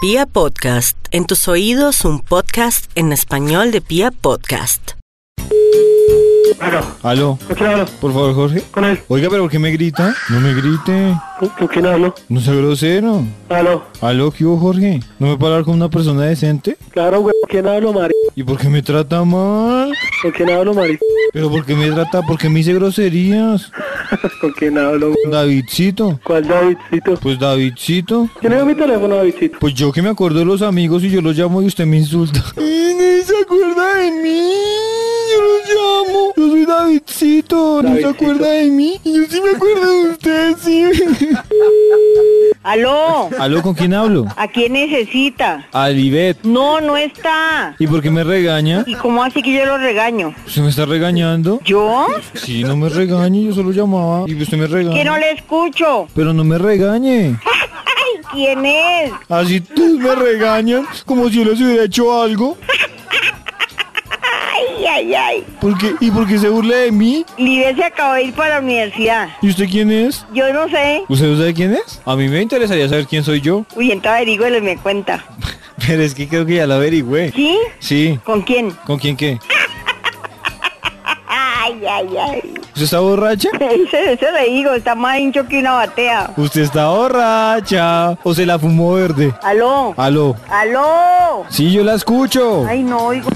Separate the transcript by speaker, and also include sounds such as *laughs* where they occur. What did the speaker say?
Speaker 1: Pia Podcast, en tus oídos un podcast en español de Pia Podcast.
Speaker 2: Aló,
Speaker 3: Aló,
Speaker 2: ¿con quién hablo?
Speaker 3: por favor, Jorge.
Speaker 2: Con él.
Speaker 3: Oiga, pero ¿por qué me grita? No me grite.
Speaker 2: ¿Con, con quién hablo?
Speaker 3: No sea grosero.
Speaker 2: Aló.
Speaker 3: Aló, ¿qué hubo, Jorge? ¿No me puedo hablar con una persona decente?
Speaker 2: Claro, güey, ¿con quién hablo, Mari?
Speaker 3: ¿Y por qué me trata mal?
Speaker 2: ¿Con quién hablo, Mari? *laughs*
Speaker 3: ¿Pero por qué me trata? ¿Por qué me dice groserías?
Speaker 2: ¿Con quién hablo, güey?
Speaker 3: Davidcito.
Speaker 2: ¿Cuál Davidcito?
Speaker 3: Pues Davidcito.
Speaker 2: ¿Tienes mi teléfono, Davidcito?
Speaker 3: Pues yo que me acuerdo de los amigos y yo los llamo y usted me insulta. *laughs* ¡Ay, no se acuerda de mí! Yo los llamo. Yo soy Davidcito. ¿No se
Speaker 2: Davidcito.
Speaker 3: acuerda de mí? Y Yo sí me acuerdo de usted, sí. *laughs*
Speaker 4: Aló,
Speaker 3: Aló, ¿con quién hablo?
Speaker 4: ¿a quién necesita?
Speaker 3: Alibet.
Speaker 4: No, no está.
Speaker 3: ¿Y por qué me regaña?
Speaker 4: ¿Y cómo así que yo lo regaño?
Speaker 3: ¿Usted me está regañando?
Speaker 4: ¿Yo?
Speaker 3: Sí, no me regañe, yo solo llamaba y usted me
Speaker 4: Que no
Speaker 3: regaña.
Speaker 4: le escucho.
Speaker 3: Pero no me regañe.
Speaker 4: Ay, ¿quién es?
Speaker 3: Así tú me regañan como si yo les hubiera hecho algo.
Speaker 4: Ay, ay, ay.
Speaker 3: Porque, ¿Y por qué se burla de mí?
Speaker 4: Lidia se acabó de ir para la universidad.
Speaker 3: ¿Y usted quién es?
Speaker 4: Yo no sé.
Speaker 3: ¿Usted no sabe quién es? A mí me interesaría saber quién soy yo. *laughs*
Speaker 4: Uy, entonces averígüelo y me cuenta.
Speaker 3: Pero es que creo que ya la averigüé.
Speaker 4: ¿Sí?
Speaker 3: Sí.
Speaker 4: ¿Con quién?
Speaker 3: ¿Con quién qué?
Speaker 4: Ay, ay, ay. *laughs*
Speaker 3: ¿Usted está borracha?
Speaker 4: Ese, ese le digo, está más hincho que una batea.
Speaker 3: Usted está borracha. ¿O se la fumó verde?
Speaker 4: Aló.
Speaker 3: Aló.
Speaker 4: Aló.
Speaker 3: Sí, yo la escucho.
Speaker 4: Ay, no oigo.